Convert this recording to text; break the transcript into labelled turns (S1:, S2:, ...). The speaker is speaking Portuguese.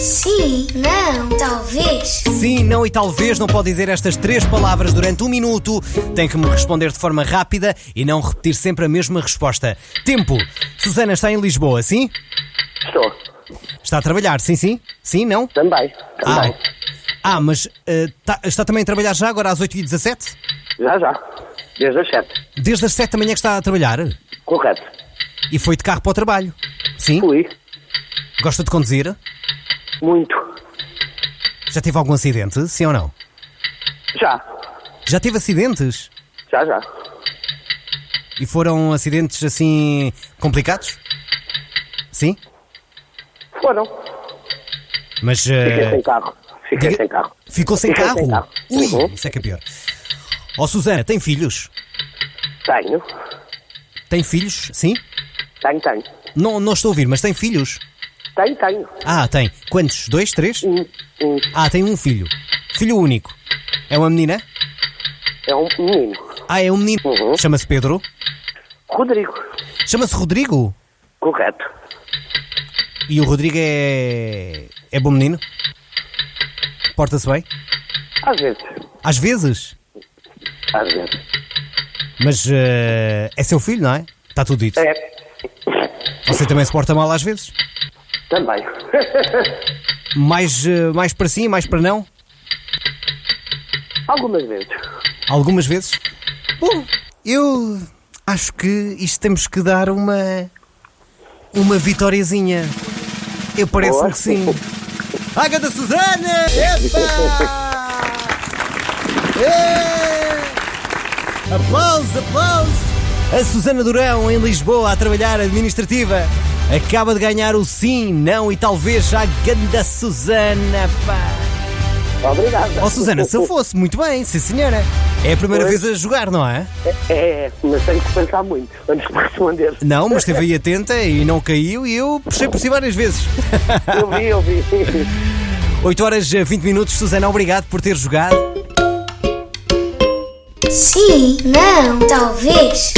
S1: Sim, não, talvez.
S2: Sim, não e talvez não pode dizer estas três palavras durante um minuto. Tem que me responder de forma rápida e não repetir sempre a mesma resposta. Tempo. Susana está em Lisboa, sim?
S3: Estou.
S2: Está a trabalhar, sim, sim? Sim, não?
S3: Também.
S2: Ah,
S3: Também.
S2: ah mas eh, tá- está também a trabalhar já agora às 8h17?
S3: Já, já. Desde as sete.
S2: Desde as 7 da manhã que está a trabalhar?
S3: Correto.
S2: E foi de carro para o trabalho? Sim?
S3: Fui.
S2: Gosta de conduzir?
S3: Muito.
S2: Já teve algum acidente, sim ou não?
S3: Já.
S2: Já teve acidentes?
S3: Já, já.
S2: E foram acidentes assim complicados? Sim?
S3: Foram.
S2: Mas.
S3: Fiquei
S2: eh,
S3: sem carro. Fiquei
S2: diga-
S3: sem carro.
S2: Ficou sem
S3: Fiquei
S2: carro?
S3: sem carro.
S2: Ui,
S3: Uhum.
S2: isso é que é pior. Ó Susana, tem filhos?
S3: Tenho.
S2: Tem filhos? Sim?
S3: Tenho, tenho.
S2: Não, não estou a ouvir, mas tem filhos?
S3: Tenho, tenho.
S2: Ah, tem. Quantos? Dois? Três?
S3: Um, um.
S2: Ah, tem um filho. Filho único. É uma menina?
S3: É um menino.
S2: Ah, é um menino.
S3: Uhum.
S2: Chama-se Pedro.
S3: Rodrigo.
S2: Chama-se Rodrigo.
S3: Correto.
S2: E o Rodrigo é. é bom menino? Porta-se bem?
S3: Às vezes.
S2: Às vezes.
S3: Às vezes.
S2: Mas eh, é seu filho, não é? Está tudo dito.
S3: É.
S2: Você também se porta mal às vezes?
S3: Também.
S2: Mais, eh, mais para sim, mais para não?
S3: Algumas vezes.
S2: Algumas vezes? Bom, eu acho que isto temos que dar uma. uma vitóriazinha. Eu parece-me
S3: Boa.
S2: que sim. Água da Susana! Epa! É! Aplausos, aplausos! A Susana Durão, em Lisboa, a trabalhar administrativa, acaba de ganhar o sim, não e talvez a ganda Susana, pá!
S3: Obrigado.
S2: Ó Susana, se eu fosse, muito bem, sim senhora. É a primeira vez a jogar, não é?
S3: É, é, mas tenho que pensar muito antes de responder.
S2: Não, mas esteve aí atenta e não caiu e eu puxei por si várias vezes.
S3: Eu vi, eu vi.
S2: 8 horas eh, 20 minutos, Susana, obrigado por ter jogado.
S1: Sim, não, talvez.